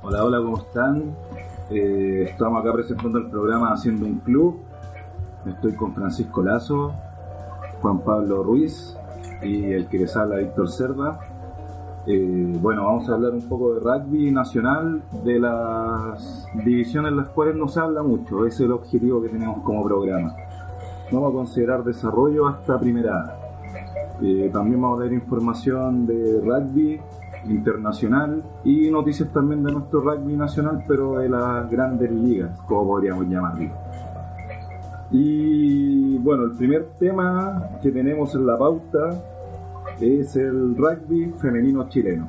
Hola, hola, ¿cómo están? Eh, estamos acá presentando el programa Haciendo un Club. Estoy con Francisco Lazo, Juan Pablo Ruiz y el que les habla Víctor Cerda. Eh, bueno, vamos a hablar un poco de rugby nacional, de las divisiones las cuales no se habla mucho. Ese es el objetivo que tenemos como programa. Vamos a considerar desarrollo hasta primera eh, también vamos a dar información de rugby internacional y noticias también de nuestro rugby nacional, pero de las grandes ligas, como podríamos llamarlo. Y bueno, el primer tema que tenemos en la pauta es el rugby femenino chileno.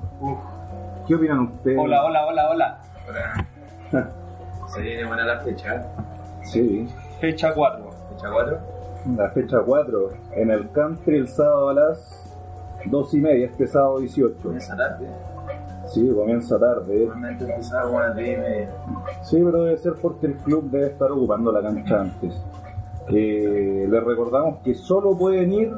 ¿Qué opinan ustedes? Hola, hola, hola, hola. Se viene buena la fecha. Sí, Fecha 4. Fecha 4. la fecha 4 en el country el sábado a las 2 y media, este sábado 18. Comienza tarde. Sí, comienza tarde. Normalmente empezaba como a las 10 y media. Sí, pero debe ser porque el club debe estar ocupando la cancha antes. Eh, les recordamos que solo pueden ir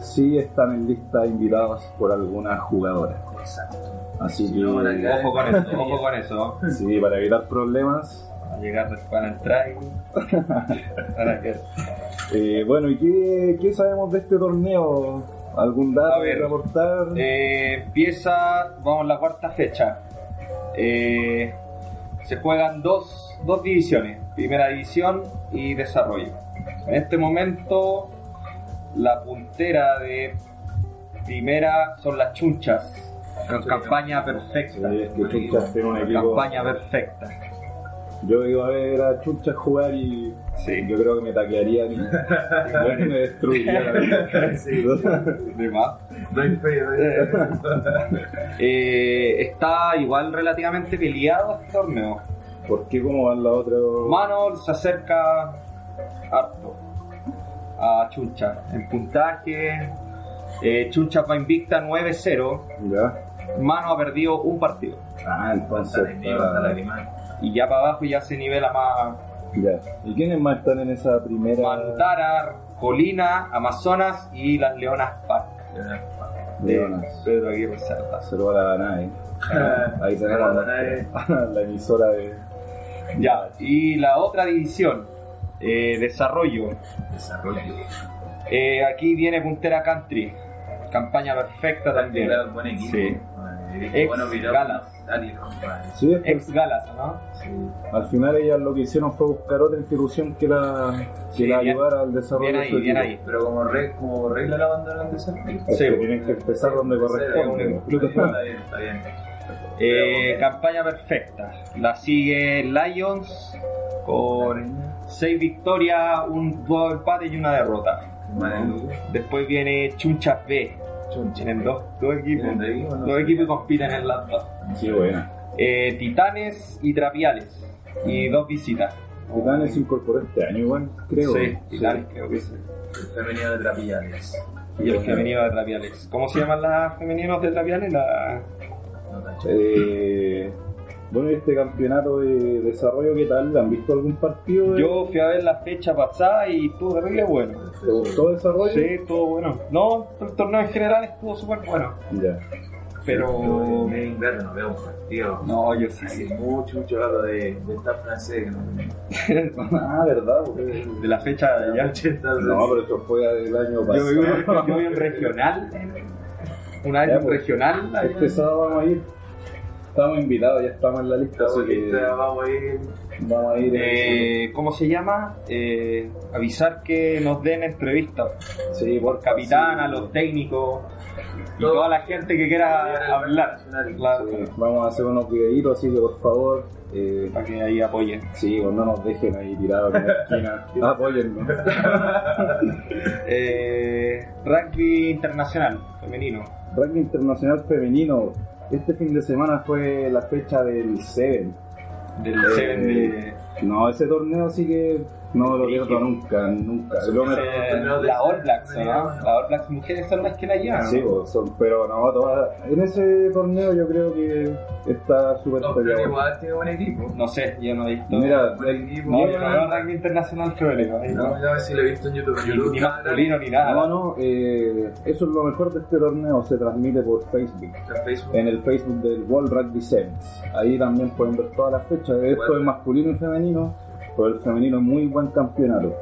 si están en lista de invitados por alguna jugadora. Exacto. Así Si no, la que, cae. Ojo con eso, ojo con eso. sí, para evitar problemas. Va a llegar después al trago. Ahora que- Eh, bueno, ¿y qué, qué sabemos de este torneo? ¿Algún dato A ver, que reportar? Eh, empieza, vamos, la cuarta fecha. Eh, se juegan dos, dos divisiones, primera división y desarrollo. En este momento, la puntera de primera son las chunchas. Con campaña perfecta. Sí, es que Chunchas tiene un equipo- Campaña perfecta. Yo iba a ver a Chucha jugar y Sí. yo creo que me taquearían y, y me destruirían. De más. No hay fe, no hay fe. Eh, está igual relativamente peleado este torneo. ¿Por qué cómo van los otros? Manol se acerca harto a Chuncha en puntaje. Eh, Chuncha va invicta 9-0. Ya. Mano ha perdido un partido. Ah, entonces. Hasta la hasta la lagrimal. Y ya para abajo ya se nivela más. Ya. ¿Y quiénes más están en esa primera? Mantara, Colina, Amazonas y las Leonas Pac. de Leonas. Pedro Aguirre Cerdas. Saludos a la Danae. Ahí tenemos La Danae. la, la emisora de. Ya. Y la otra división, eh, Desarrollo. Desarrollo. Eh, aquí viene Puntera Country. Campaña perfecta también. Era un buen equipo. Eh, Sí. Equipo bueno, virado. Galas. Dale, compadre. Sí, es que Ex Galas, ¿no? Sí. al final ellas lo que hicieron fue buscar otra institución que la, que Sí, la bien- ayudara al desarrollo. bien de su ahí, bien equipo. ahí. Pero como, re, como regla la banda de desarrollo. Es Sí. que tienen que empezar donde corresponde. Está bien, está bien. Eh, campaña perfecta. La sigue Lions con 6 victorias, un dos empate y una derrota. Maneluco. Después viene Chunchas B. Tienen dos, dos equipos. Tienen dos equipos, ¿no? Dos equipos y compiten en las dos. Sí, bueno. Eh, Titanes y Trapiales. Y dos visitas. Titanes se incorporó este año igual, creo. Sí, Titanes creo que sí. El femenino de Trapillales. Y el femenino de Trapiales. ¿Cómo se llaman las femeninos de Trapiales? La... No cacho. Eh, bueno, y este campeonato de desarrollo, ¿qué tal? ¿Han visto algún partido? de- Yo fui a ver la fecha pasada y estuvo terrible bueno. ¿Te gustó el desarrollo? Sí, estuvo bueno. No, el torneo en general estuvo súper bueno. Ya. Pero. Yo en Inglaterra no veo un partido. No, yo Hace mucho, mucho rato de, de estar francés que no me Ah, ¿verdad? Porque- De la fecha de allá. No, pero eso fue del año Yo vi, un, pasado. yo vi un regional. Una vez Ya, un pues. regional. allá. Este sábado vamos a ir. Estamos invitados, ya estamos en la lista, así que vamos a ir. vamos a ir. Eh, ¿Cómo se llama? Eh, avisar que nos den entrevistas. sí, Por capitán, a los técnicos y toda la gente que quiera hablar. La- sí, Vamos a hacer unos videitos, así que por favor, eh, Para que ahí apoyen. sí, pues no nos dejen ahí tirados en la esquina. Apóyennos. Eh, rugby internacional, femenino. Rugby internacional femenino. Este fin de semana fue la fecha del Seven. Del Eh, Seven de. No, ese torneo sí que no lo pierdo nunca, nunca. Lo me- eh, la All Blacks, ¿o ¿no? La All Blacks mujeres son las que la llevan. ¿no? Sí, pues, son- pero no, todas- en ese torneo yo creo que está súper Top Gun peleado. igual tiene buen equipo. No sé, yo no he visto. Mira, Buen equipo. no, yo no veo rugby internacional femenino. ¿eh? No, no, si lo he visto en YouTube. Ni, YouTube ni cada- masculino ni no, nada. no, eh, eso es lo mejor de este torneo, se transmite por Facebook. En Facebook. en el Facebook del World Rugby Sevens. Ahí también pueden ver todas las fechas. Esto es masculino y femenino, pero el femenino es muy buen campeonato.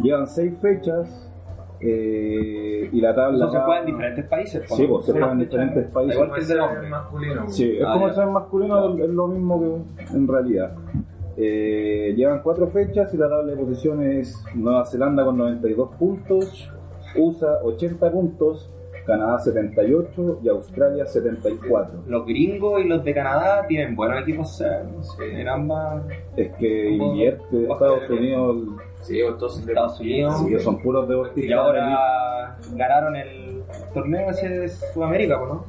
Llevan seis fechas eh, y la tabla. Eso se cada- juega en diferentes países. ¿no? Sí, pues, se Son juega en las fechas- diferentes países. Igual que Puede el del ser hombre. masculino. Sí, es Ah, como ya. ser masculino, es lo mismo que en realidad. Eh, llevan cuatro fechas y la tabla de posiciones es Nueva Zelanda con 92 puntos, USA 80 puntos, Canadá 78 y Australia 74. Los gringos y los de Canadá tienen buenos equipos eh, en ambas. Es que Como- invierte como Estados que- Unidos, Sí, o todos de Estados Unidos. sí, son puros Ah, Y deportistas. ahora ganaron el torneo ese de Sudamérica, ¿no?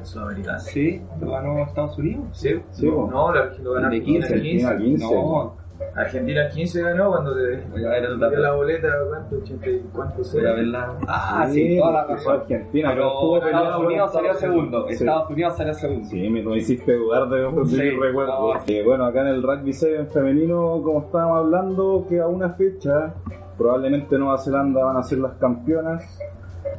En Sudamérica. Sí. Sí, lo ganó Estados Unidos. Sí, no, po. no, la lo ganaron De 15. Argentina 15. No, Argentina 15 ganó cuando te Voy a ver el te dato. dio la boleta, ¿cuánto? 80 y cuánto voy a será. verla. Ah, sí, toda la pasó razón. Argentina, pero, Pero estuvo Estados peleado con Unidos salió Estados segundo. Sí. Estados Unidos salió segundo. Sí, me lo hiciste dudar de de Sí, Oh. mi recuerdo. no. Eh, bueno, acá en el Rugby 7 femenino, como estábamos hablando, que a una fecha probablemente Nueva Zelanda van a ser las campeonas.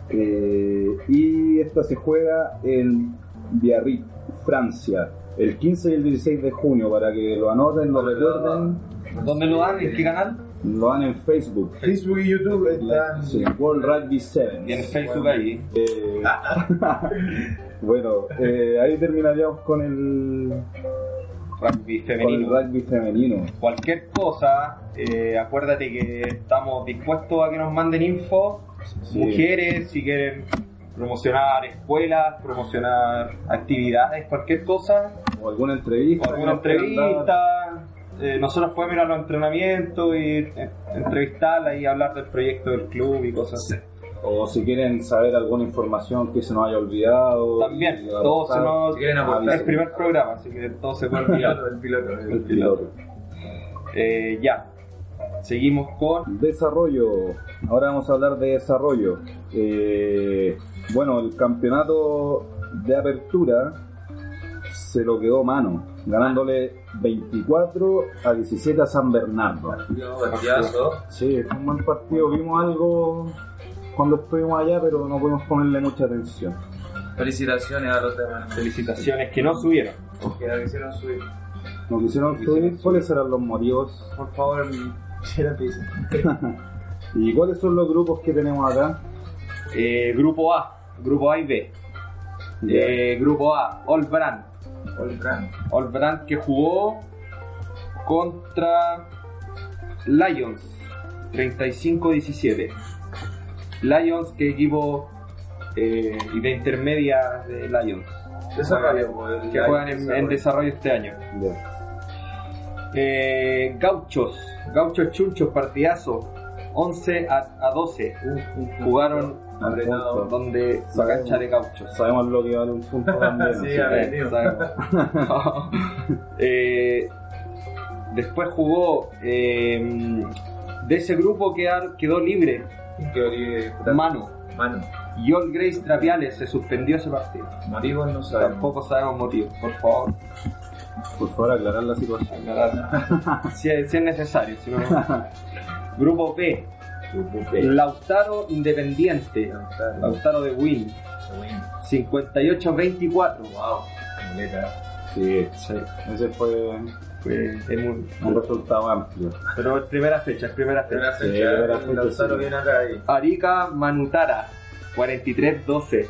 Eh, y esta se juega en Biarritz, Francia, el 15 y el 16 de junio, para que lo anoten, Ah, lo recuerden. ¿Dónde lo dan? ¿En qué canal? Lo dan en Facebook. Facebook y YouTube están. Sí, World Rugby 7. Y en Facebook ahí. Eh, bueno, eh, ahí terminaríamos con el, Rugby con el femenino. rugby femenino. Cualquier cosa, eh, acuérdate que estamos dispuestos a que nos manden info. Sí. Mujeres, si quieren promocionar escuelas, promocionar actividades, cualquier cosa, O alguna entrevista. o alguna que nos quieran dar. entrevista. eh, nosotros podemos ir a los entrenamientos y eh, entrevistarla y hablar del proyecto del club y cosas así. O si quieren saber alguna información que se nos haya olvidado. También, Y todo se aportar nos. Si quieren Es aportar. el primer programa, así que todo se puede El olvidar. piloto, el piloto. El piloto. Eh, ya, seguimos con. Desarrollo. Ahora vamos a hablar de desarrollo. Eh, bueno, el campeonato de apertura se lo quedó mano, ganándole 24 a 17 a San Bernardo. No, partidazo. Sí, fue un buen partido. Vimos algo cuando estuvimos allá, pero no pudimos ponerle mucha atención. Felicitaciones a los demás. Felicitaciones que no subieron. Que la quisieron subir. Nos quisieron subir, ¿cuáles eran los motivos? Por favor, mi. ¿Y cuáles son los grupos que tenemos acá? Eh, grupo A, Grupo A y B. Eh, grupo A, All Brand. Olcán. All Brand que jugó contra Lions 35-17. Lions que equipo eh, y de intermedia de Lions Desarrollo, po, el- que juegan en, en desarrollo este año. Ya. Eh, gauchos, Gauchos Chunchos, partidazo 11 a, a 12. Jugaron Apretado. donde la Sabemos. cancha de Gauchos. Sabemos lo que vale un punto también. Sí, así que- a ver. Eh, sabemos. Eh, después jugó eh, de ese grupo que quedó libre Manu Mano, y All Grace Traviales se suspendió ese partido. motivos no sabemos. Tampoco sabemos motivo, por favor, Por favor, aclarar la situación. aclarar. si, es, si es necesario. si no, no. grupo B, Lautaro Independiente, Lautaro de Win, 58-24. Wow, muleta. Sí, ese fue un Fue el mundo. resultado amplio. Pero es primera fecha, es primera fecha. Primera Sí, fecha, primera fecha, Lautaro sí. viene acá ahí. Arica Manutara, 43-12.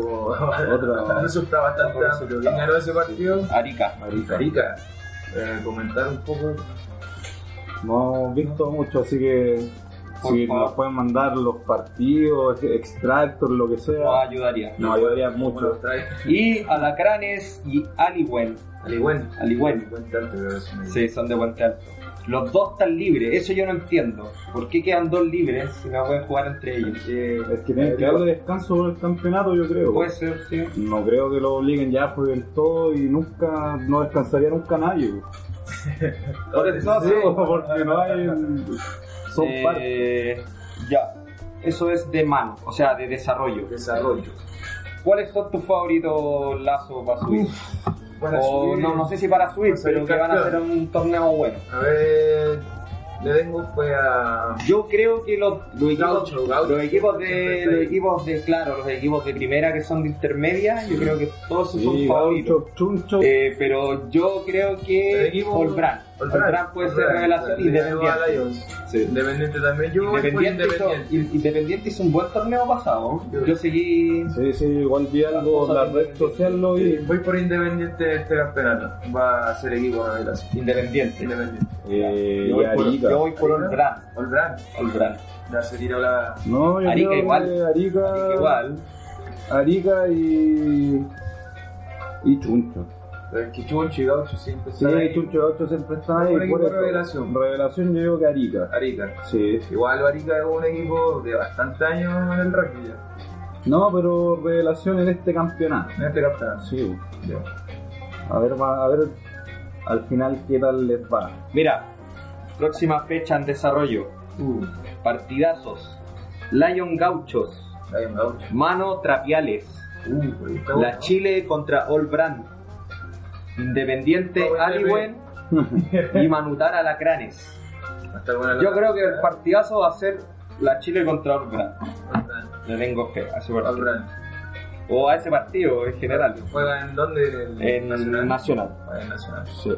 po. Otro. Resulta bastante Otro amplio. resultado. ¿Quién ganó ese partido? Arica. Arica. Eh, comentar un poco. No hemos visto mucho, así que Por si favor. nos pueden mandar los partidos, extractos, lo que nos sea, ayudaría. nos ayudaría Bueno, mucho. está ahí. Y Alacranes y Aliwen. Al igual. Aliwen. Cuenta alto, pero es una- Sí, son de Puente Alto. Los dos están libres, eso yo no entiendo. ¿Por qué quedan dos libres si no pueden jugar entre ellos? Eh, Es que tienen que darle descanso por el campeonato, yo creo. Puede ser, sí. No creo que lo obliguen ya fue del todo y nunca, no descansaría nunca nadie. pues. No, sí. porque no hay. Son Eh, partes. Ya. Eso es de mano, o sea, de desarrollo. desarrollo. ¿Cuáles son tus favoritos lazos para subir? Para o, subir- Oh, no, no sé si para subir, para pero salir que van a campeón. hacer un torneo bueno. A ver, le tengo fue a. Yo creo que los, los equipos, Gaucho, Gaucho. los equipos Siempre de está los ahí. equipos de claro, los equipos de primera que son de intermedia, yo creo que todos esos son Sí, favoritos. gaucho, chuncho. Eh, pero yo creo El que equipo- Olbran. Olbran. Olbran puede ser Olbran. revelación Le tengo a independiente. Lions. Sí. Independiente también. Yo voy por Independiente hizo, independiente. Independiente hizo un buen torneo pasado. Yo- Yo seguí. sí, sí, igual vi algo en la red social lo vi. Sí, Voy por independiente de este campeonato. Va a ser equipo de revelación. Independiente. Independiente. Eh, Yo y voy por, Arica. yo voy por Olbran. Olbran. Olbran. Ya se tiró la. No, yo Arica creo igual. que Arica, Igual. Arica y. y Chuncho. El Quichuncho y Gaucho siempre Sí, están ahí. Chuncho Gaucho siempre está ahí. Por equipo por eso. revelación. Revelación yo digo que Arica. Arica. Sí. Igual Arica es un equipo de bastante años en el rugby ya. No, pero revelación en este campeonato. En este campeonato. Sí. Ya. A ver, va- a ver al final qué tal les va. Mira, próxima fecha en desarrollo. Uh, Partidazos. Lion Gauchos. ahí en Gaucho. Mano Trapiales. Uh, por ahí está La bueno. Chile contra All Brand. Independiente Vamos, Aliwen y Manutar Alacranes. Va a estar buena la- Yo creo que el partidazo va a ser la Chile contra All Brand. Olbran. Le tengo fe a ese partido. Olbran. O a ese partido en general. ¿Juega en dónde? En, En Nacional. Juega en Nacional. Sí.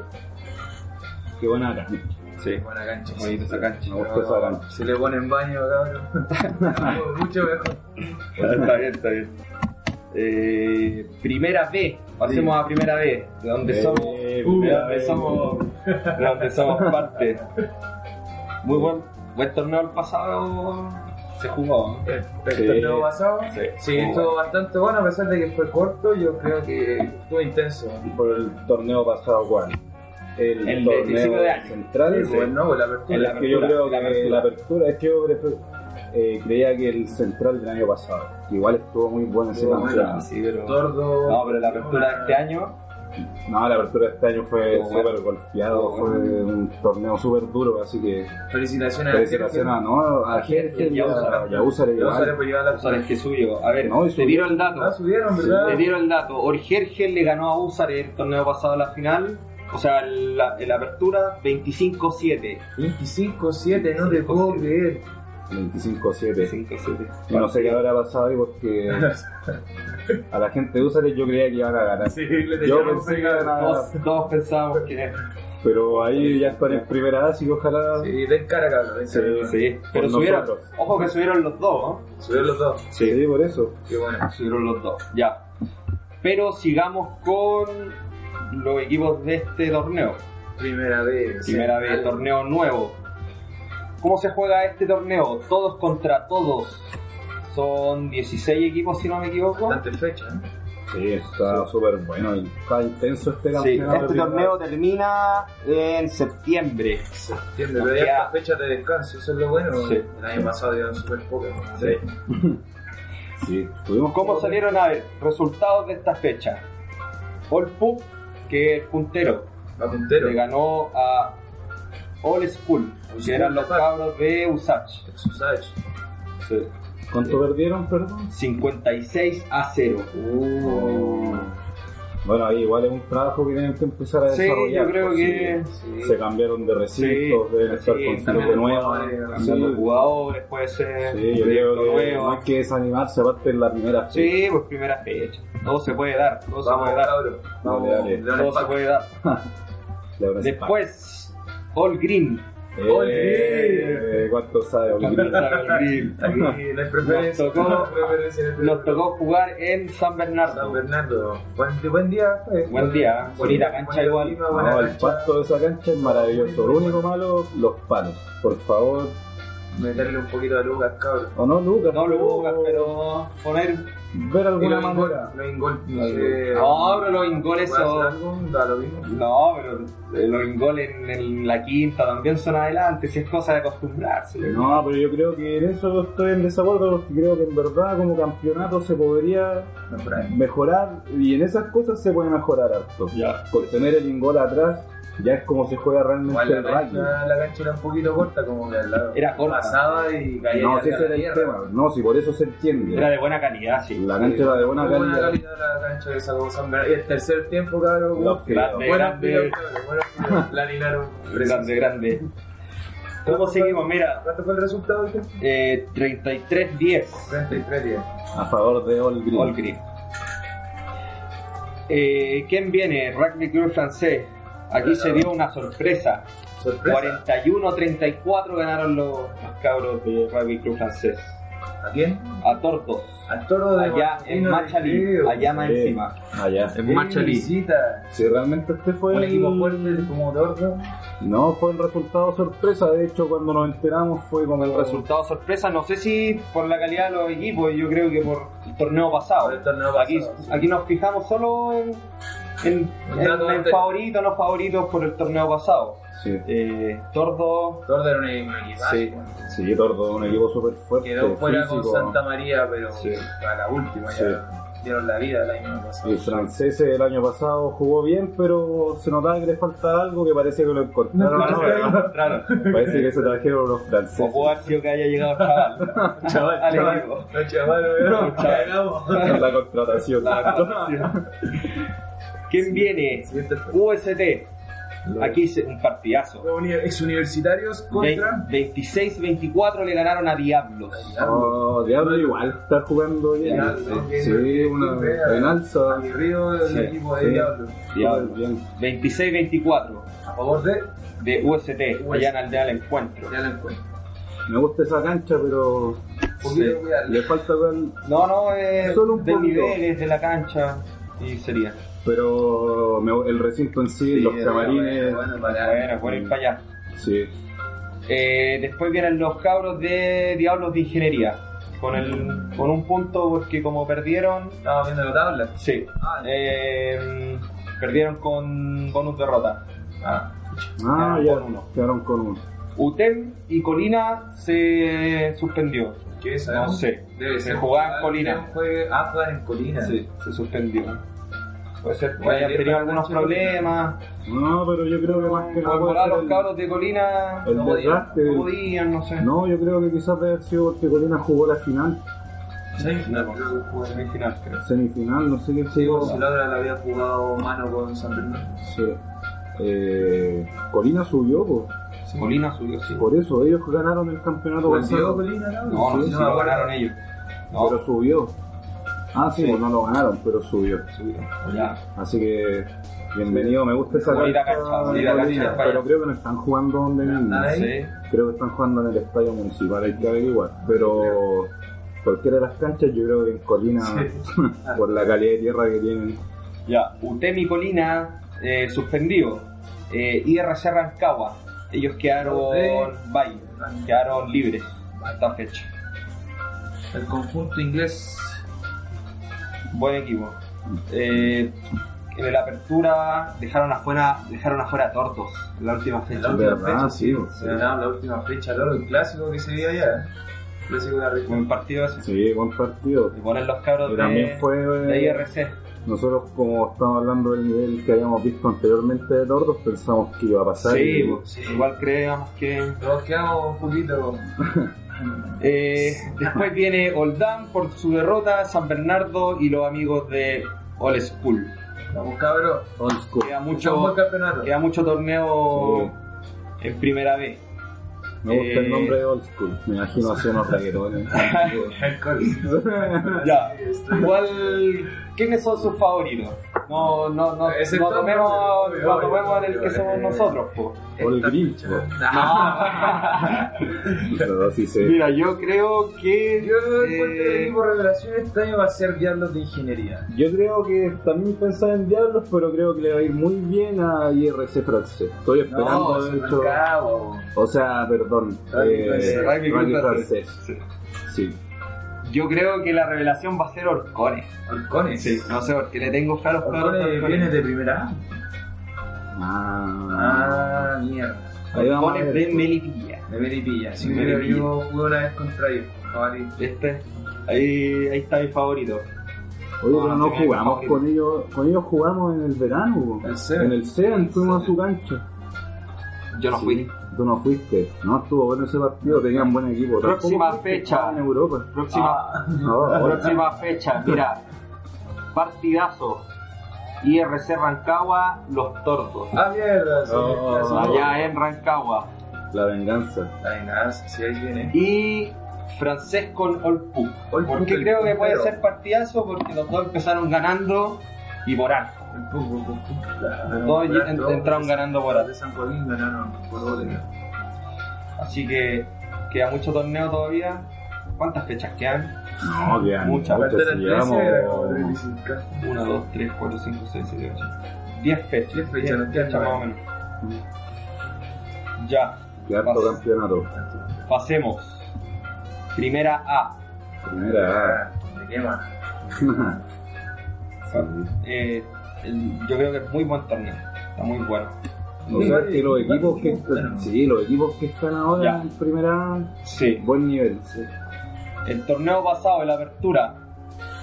Qué buena cancha. Sí. Buena cancha. Bonita esa cancha. Me gusta esa cancha. Si le ponen baño, cabrón. Mucho mejor. está bien, está bien. Eh, primera B. Pasemos a primera B. De donde Eh, somos. de primera donde B. somos. De donde somos parte. Muy buen, buen torneo el pasado. Se jugó. ¿no? El torneo pasado. Sí. Sí, estuvo bastante bueno, a pesar de que fue corto, yo creo que estuvo intenso. Por el torneo pasado, ¿cuál? El, El de torneo 19 años. central. Sí, bueno, pues la En apertura. El- la que yo apertura, creo la que apertura. la apertura es que yo prefiero- eh, creía que el central del año pasado. Igual estuvo muy bueno ese Estuvo campeonato. bueno. Sí, pero- Tordo. No, pero la apertura de este año. No, la apertura de este año fue Estuvo súper bueno. golpeado, Estuvo Ah, fue un torneo súper duro, así que Felicitaciones a felicitaciones a, ¿no? a A Jergen Jergen y y a Usare. a y a Usare Yo igual. sale por llevar la Usar es que suyo. A ver, No, y te subió. tiro el dato. Ah, subieron, Te ¿verdad? dieron el dato. Orgergel le ganó a Usar el torneo pasado a la final. O sea, la, la apertura 25-7. 25-7, no te 25-7. puedo creer. 25-7. 25-7. Y no sé qué habrá pasado ahí porque a la gente de Usare yo creía que iban a ganar. Sí, le Yo teníamos pensé que pegado. iban Ah. a ganar, Todos, todos pensábamos que pero ahí ya están en primera, así que ojalá. Sí, den cara, cabrón. den cara. Sí, sí, pero Por subieron. nosotros. Ojo que subieron los dos, ¿no? Subieron los dos. Sí, por eso. Qué bueno. Subieron los dos, ya. Pero sigamos con los equipos de este torneo. Primera vez. Primera sí. vez, torneo nuevo. ¿Cómo se juega este torneo? Todos contra todos. Son 16 equipos, si no me equivoco. Bastante fecha, ¿no? Sí, está súper bueno y está intenso este Sí, campeonato. este torneo termina en septiembre. Entiendo, pero Ya. ya estas fechas de descanso, eso es lo bueno. Sí. El año pasado dieron súper poco. ¿no? Sí. Sí, tuvimos ¿Cómo salieron a ver resultados de esta fecha? All Pup, que es el puntero, Va puntero. le ganó a All School, que eran los cabros de Usach. Susage. ¿Cuánto perdieron, perdón? 56 a 0. Uh, Bueno, ahí igual es un trabajo que tienen que empezar a Sí, desarrollar. yo creo pues, que sí. Se cambiaron de recintos, Sí, deben estar sí, con también de nuevo. jugadores, Sí, cambiando jugadores, puede ser sí, un yo proyecto creo que nuevo. no hay que desanimarse, aparte en la primera fecha. Sí, pues primera fecha. Todo se puede dar, todo se Vamos, puede dar. cabrón. Dale, dale. Vamos, Leones Todo se Pack. puede dar. Le habrán Después, All Green. sacado. ¡Ole! Eh, ¿Cuánto sabe? Olguín? All Green. Aquí no hay preferencia. Nos tocó- no hay preferencia en este- Nos tocó jugar en San San Bernardo. Bernardo. Buen, buen día. pues. fue. Buen día, bonita cancha igual. clima, buena No, el cancha. pasto de esa cancha es maravilloso. Lo único malo, los palos. Por favor, meterle un poquito de lucas, cabrón. O no, Lucas. No Lucas, pero poner. Ver Y alguna los ingol, manera. los ingol, Algo. eh, No, pero los ingoles ¿puedo hacer son. algo? Da lo mismo. No, pero eh, los ingoles en, en la quinta también son adelante, si es cosa de acostumbrarse. No, pero yo creo que en eso estoy en desacuerdo porque creo que en verdad como campeonato se podría mejorar y en esas cosas se puede mejorar harto. Ya. Por tener el ingol atrás ya es como se juega realmente Igual la el rugby. cancha, la cancha era un poquito corta, como que al lado. Era corta. Pasaba y caía No, hacia si ese la era el tierra. tema, no, si por eso se entiende. Era de buena calidad, sí. La cancha era de buena Muy buena calidad. calidad la cancha de esa cosa. Y el tercer tiempo, cabrón. Los Grande, feos. Buenas grande. pilas, cabrón. Buenas pilas. La anilaron. Grande, grande. ¿Cómo seguimos? Mira, ¿Cuánto fue el resultado? dije? eh, 33-10, 33 días. A favor de All Green. All Green. Eh, ¿Quién viene? Rugby Club francés. Aquí se dio una sorpresa. ¿Sorpresa? 41-34 ganaron los, los cabros de Rugby Club francés. ¿A quién? A Tortos. Al toro Ah, de Allá en Marcelino Machalí. Río. Allá más Sí. Ah, encima. Allá. Qué En Machalí. visita. Si realmente este fue Un el equipo fuerte como Tordo. No, fue el resultado sorpresa. De hecho, cuando nos enteramos fue con el El resultado. resultado sorpresa, no sé si por la calidad de los equipos, yo creo que por el torneo pasado. Por el torneo pasado, aquí, sí. aquí nos fijamos solo en, en, El en- dato en anterior. favoritos, no favoritos por el torneo pasado. Sí, Eh, Tordo, Tordo era un equipo. Sí. sí, Tordo, un equipo súper fuerte. Quedó fuera físico. con Santa María, pero Sí. a la última Sí. ya dieron la vida el año pasado. El francés el año pasado jugó bien, pero se notaba que le faltaba algo que parece que lo encontraron. No, parece que lo ahora. encontraron. Parece que se trajeron los O franceses. puede Pues haber sido que haya llegado el chaval. Chaval, Al chaval, equipo. no, chaval, weón, Chaval. cagamos. En la contratación. La contratación. ¿Quién viene? Siguiente UST. Aquí se- un partidazo. Exuniversitarios contra. 26-24 le ganaron a Diablos. Oh, Diablo igual está jugando bien. Reinaldo, que Sí, es el una club de- Reinaldo. Mi Río, el Sí. equipo de Sí. Diablo. Diablo, bien. 26-24 A favor de. de UST, allá en Aldea del Encuentro. Ya la encuentro. Me gusta esa cancha, pero Un poquito Sí. cuidarla. le falta ver- No, no, es Solo un de poquito. niveles de la cancha y sería. Pero me- el recinto en sí, los Sí, camarines. Bueno, bueno, para- Bueno, por ir para allá. Sí. Eh, después vienen los cabros de Diablos de Ingeniería. Con, el, con un punto porque como perdieron... Estaba viendo la tabla. Sí. Ah, eh, perdieron con bonus derrota. Ah, Ah, Quedaron ya. con uno. Quedaron con uno. UTEM y Colina se suspendió. ¿qué es No sé. Debe Se ser. jugaba en Colina. Fue- Ah, jugar en Colina. Sí, se suspendió. Puede ser que Bueno, hayan bien, tenido para algunos Nacho. problemas. No, pero yo creo que más que Por nada. puede volar ser los el- Ah, cabros de Colina el no podían, desgaste. no podían, no sé. No, yo creo que quizás debe haber sido porque Colina jugó la final, Sí, No, jugó semifinal, creo. semifinal, no sé qué Sí, jugó. por si la otra la había jugado mano con San Bernardo. Sí. Eh, Colina subió, po. Colina subió, sí. por eso ellos ganaron el campeonato ¿Venció pasado, Colina, no? No, no sé Sí, si me lo acuerdo. ganaron ellos. No, pero subió. Ah, sí, Sí. pues no lo ganaron, pero subió. subió. Ya. Así que, bienvenido, me gusta esa Bonita cancha, cancha, de bonita Colina, cancha de pero Falla. creo que no están jugando donde mismo. Nada, ¿eh? Sí. Creo que están jugando en el estadio municipal, hay que averiguar. Pero cualquiera de las canchas, yo creo que en Colina, por la calidad de tierra que tienen, Ya. Utemi Colina eh, suspendido. Eh, IRC Rancagua. Ellos quedaron bye. Quedaron libres a esta fecha. El conjunto inglés. Buen equipo. Eh, en la apertura dejaron afuera, dejaron afuera a Tortos en la última En fecha. la última verdad, fecha, sí, pues, sí. sí. Se ganaron la última fecha, Loro, el clásico que se vio allá. El clásico de la región. Buen partido ese. sí, buen partido. Y ponen los cabros Y de, también fue de IRC. Nosotros, como estábamos hablando del nivel que habíamos visto anteriormente de Tordos, pensamos que iba a pasar. Sí, y- pues. po, sí, igual creíamos que. Nos quedamos un poquito. Eh, después viene Oldham por su derrota, San Bernardo y los amigos de All School. Vamos, cabrón. Old school. Queda Mucho buen mucho, campeonato. queda mucho torneo en primera B. Me gusta eh, el nombre de Old School. Me imagino ¿eh? hacer unos raquetones. El Col- Ya. Igual, ¿quiénes son sus favoritos? No, no, no, Ese no es todo, tomemos, obvio, no obvio, tomemos en el que obvio, somos eh. nosotros, po. Por el Grinch. po. Ah, Pero así se- Mira, yo creo que. Yo encuentro que el eh, equipo revelación este año va a ser Diablos de Ingeniería. Yo creo que también pensaba en Diablos, pero creo que le va a ir muy bien a IRC francés. Estoy esperando, No, se de me hecho. acabo. O sea, perdón. Rugby eh, francés. Rugby rugby francés. francés. sí. Sí. Yo creo que la revelación va a ser Orcones. Halcones. Sí, no sé, porque le tengo claros claros. Halcones viene de primera A. Ah, Ah, mierda. ahí vamos. a Orcones ver. de Melipilla. De Melipilla. Sí, De pero Melipilla. yo jugué una vez contra ellos. Jabalí. Este, ahí, ahí está mi favorito. Oye, Ah, pero no sí, me jugamos imagino. con ellos. Con ellos jugamos en el verano. po. El Seven. En el Seven fuimos a su cancha. Yo no fui. Tú no fuiste. No, estuvo bueno ese partido. Tenían buen equipo. Tampoco Próxima fuiste, fecha. estaban En Europa. Próxima, No, Ah. ahora sí. próxima fecha, mira. Partidazo. IRC Rancagua, Los Tordos. Ah, mierda. Sí, Oh, casi. Allá en Rancagua. La venganza. La venganza, sí, ahí viene. Y francés con Olpu. Olpuc, Porque el creo que puede puntero. ser partidazo porque los dos empezaron ganando y por arco. El pum, pum, pum, pum. Los Claro. dos Claro, en- todos entraron de- ganando por Ahora arco. de San Joaquín ganaron por dos de Así que queda mucho torneo todavía. ¿Cuántas fechas quedan? No, bien. Mucha. Muchas Hasta veces las 13 era como llevamos. 35. 1, 2, 3, 4, 5, 6, 7, 8. 10 fechas. 10 fechas, no Mm. fechas entiendo. más o menos. Ya, Qué harto campeonato. pasemos. Primera A. Primera. ah. Me quema. Sí. Eh, el- yo creo que es muy buen torneo. Está muy bueno. O sea que los equipos que están, sí, los equipos que están ahora Ya. en primera Sí. buen nivel, sí. El torneo pasado, la apertura,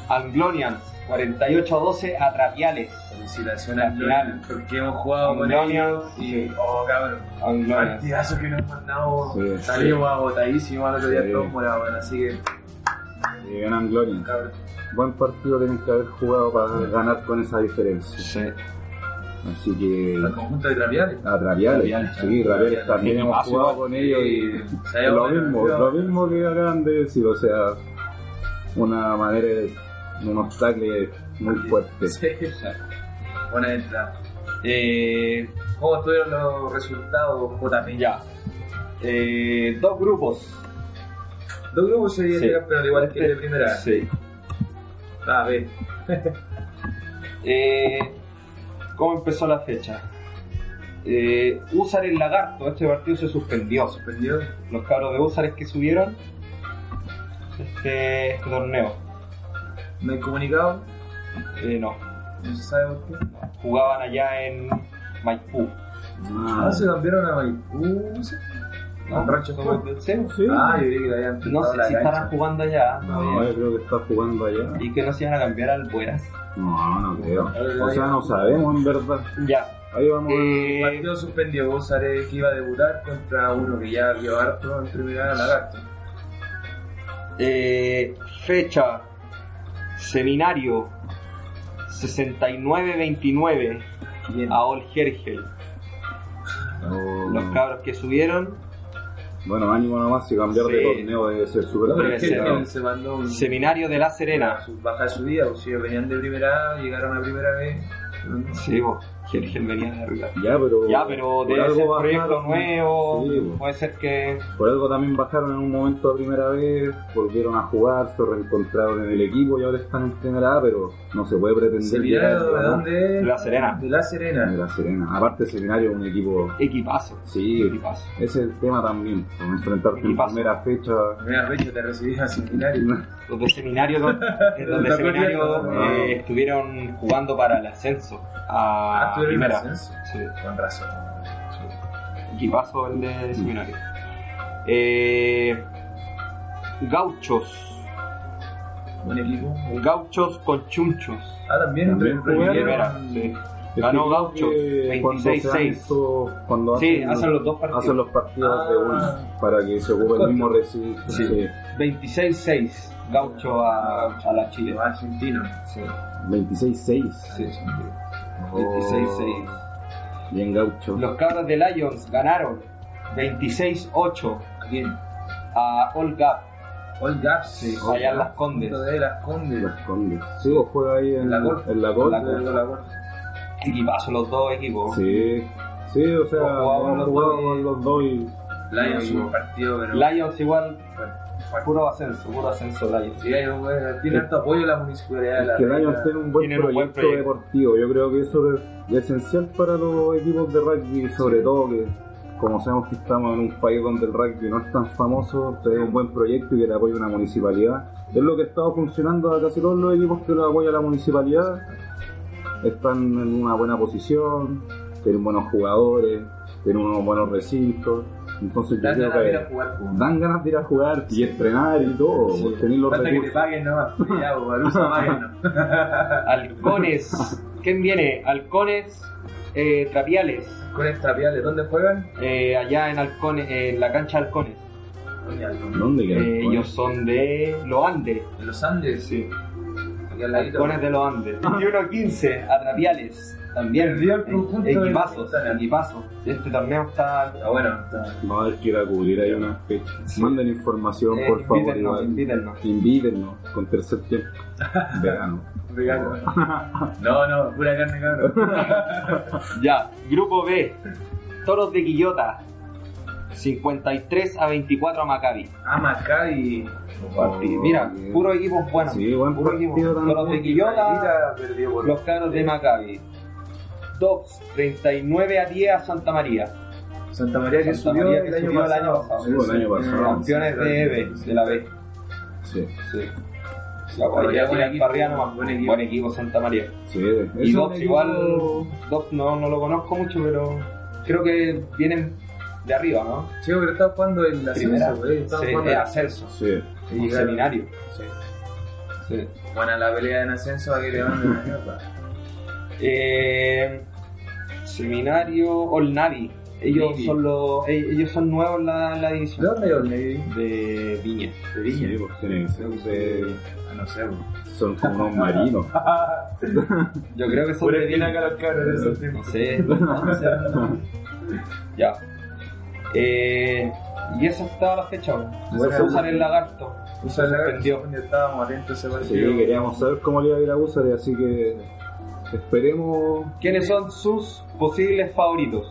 Anglonians 48 a 12 a Trapiales. Felicitaciones La al final. final. Porque hemos jugado con Anglonians. ellos y. Oh, cabrón. Anglonians. Partidazo que nos mandamos. Sí. Salimos agotadísimos al otro día Sí. todos morados, así que. Y ganan Gloria. Cabrón. Buen partido tienen que haber jugado para ganar con esa diferencia. Sí. Así que Al conjunto de trapiales. a Traviales, Traviales, sí, Traviales. Traviales también Y hemos pasó. jugado con ellos y Se había lo bueno, mismo, se lo había- mismo que acaban de decir, o sea, una manera de unos tackles muy fuertes. Sí. Buena entrada. Eh, ¿Cómo estuvieron los resultados, JP? ya. Eh, dos grupos. Dos grupos se Sí. llegan, pero igual que el de primera. Sí. A ver. Eh, ¿Cómo empezó la fecha? Eh, Usar el Lagarto, este partido se suspendió. Suspendió. Los cabros de Usar es que subieron este, este torneo. No hay comunicado. Eh, no, No se sabe por qué. jugaban allá en Maipú. Ah, Ah, se cambiaron a Maipú. sí. ¿no? Con Rancho Somos del Seo. sí. Ah, yo creí que le habían No pintado sé la si cancha. estarán jugando allá. eh, no, yo creo que está jugando allá. Y que no se iban a cambiar al Buenas. No, no creo. O sea, no sabemos en verdad. Ya. Ahí vamos. El Eh, partido suspendió Bozaré que iba a debutar contra uno que ya vio harto en primera lagarto. eh, fecha. Seminario. 69-29 Bien. a Ol Hergel. Oh. Los cabros que subieron. Bueno, ánimo nomás, si cambiar de Sí. torneo debe ser súper Pero debe es que ser, también ¿no? se mandó un Seminario de La Serena. su baja su día, o si venían de primera A, llegaron a primera B. Mm, no. Sí, vos. Hergel venía de arriba. Ya, pero. Ya, pero por debe ser algo proyecto bajaron. nuevo. Sí, po. Puede ser que. Por algo también bajaron en un momento a primera vez, volvieron a jugar, se reencontraron en el equipo y ahora están en primera A, pero no se puede pretender. llegar Seminario, a ¿de la- dónde es? La Serena. De La de Serena. la Serena. Aparte, Seminario es un equipo. Equipazo. Sí, Equipazo. ese es el tema también, con enfrentarte en Equipazo. primera fecha. Primera fecha te recibí a seminario. Los de seminario, don- eh, los de Está seminario corriendo. eh, estuvieron jugando para el ascenso a Ah, estuvieron en primera. ascenso. Sí, Con razón. equipazo el de seminario. Eh, gauchos, Buen equipo. gauchos con chunchos. Ah, también, También re- jugaron. Primera, sí. revivieron- Es Ganó que Gauchos, creo que cuando se dan 26-6. estos- Cuando Sí, hacen los dos partidos. hacen los partidos de Ah. una para que se ocupe el Corto. mismo recinto. Sí. sí. 26-6, gaucho a, a la Chile. Argentino. Sí, 26-6. sí, sí. Oh, 26-6. Bien gaucho. Los cabros de Lions ganaron 26-8 ¿A quién? a All Gap. All Gaps, Sí, All allá en Gaps. Las Condes. punto de las Condes. Las Condes. Sí, vos juega ahí en La Golf. en la Golf. La Golf. Equipazo los dos equipos. Sí, sí, o sea, Vos jugabas hemos los jugado dos y- con los dos y Lions Sí. fue un partido, pero. Lions igual, puro ascenso, puro ascenso Lions. Sí, Lions, bueno, tiene harto apoyo la municipalidad. de es la que el año región. tiene un buen Tienen un proyecto, buen proyecto. deportivo. Yo creo que eso es esencial para los equipos de rugby, sobre todo que como sabemos que estamos en un país donde el rugby no es tan famoso, tener un buen proyecto y que le apoye una municipalidad. Es lo que ha estado funcionando a casi todos los equipos que lo apoya la municipalidad. Están en una buena posición, tienen buenos jugadores, tienen unos buenos recintos. Entonces yo Dan creo ganas de que ir a jugar. pues. po. dan ganas de ir a jugar y entrenar y todo, Sí. porque tenéis los Falta que te recursos. paguen nomás. pues, Ya, po, Baruza, páguenos. Halcones. ¿Quién viene? Halcones eh, Trapiales. Con extrapiales, ¿dónde juegan? eh, allá en Halcones, en la cancha Halcones. Coño, En ¿Dónde quedan? Eh, ellos son de los Andes. los Andes, sí. Aquí al ladito. Halcones de los Andes. Ah. 21-15 a Trapiales. También. Perdió el Eh, conjunto de Equipazos, Quintana. equipazos. Este torneo está. Está Ah, bueno, está. No, hay que ir a cubrir ahí una fecha. Manden información, eh, por favor. invítennos, igual. invítennos. Invítennos con tercer tiempo. Verano. Vegano. No, no, pura carne, cabrón. Ya, grupo B. Toros de Quillota. 53 a 24 a Maccabi. Ah, Maccabi. Partid- Mira, bien. puro equipo bueno. Sí, buen puro equipo. partido también. Toros de Quillota. Israelita perdió por Los caros de Maccabi. Dobbs, 39 a 10 a Santa María. Santa María que Santa subió, María el, que año subió el pasado. año pasado. Sí, el año pasado. Campeones de EB, de la B. Sí, Sí. La María, Guardia buen Tiran equipo, Barriano, buen, buen equipo. equipo. Santa María. sí. es un Y Dobbs equipo- igual, Dobbs no, no lo conozco mucho, pero creo que vienen de arriba, ¿no? Chico, pero está jugando en la Primera. ascenso, eh, está Sí, jugando de en- ascenso. Sí. y Un llegaron- seminario. Sí. Sí. Buena la pelea en ascenso, a que le manden la mierda. Eh, seminario All Navy. Ellos Navy. son los, e- ellos son nuevos en la, en la ¿De división dónde es Olmedo? de Viña. De Sí, Viña. pues, tiene que ser. Sí, Ah, no sé, bro. Son como unos marinos. Yo creo que son de Viña. acá los cabros de esos tiempos. No sé. no sé. ya. Eh, y esa estaba la fecha. Bueno, Se usan el lagarto. Usa la Suspendió. canción, estábamos atentos a ese Sí, partido. queríamos saber cómo le iba a ir a Gusare, así que esperemos. ¿Quiénes son sus posibles favoritos?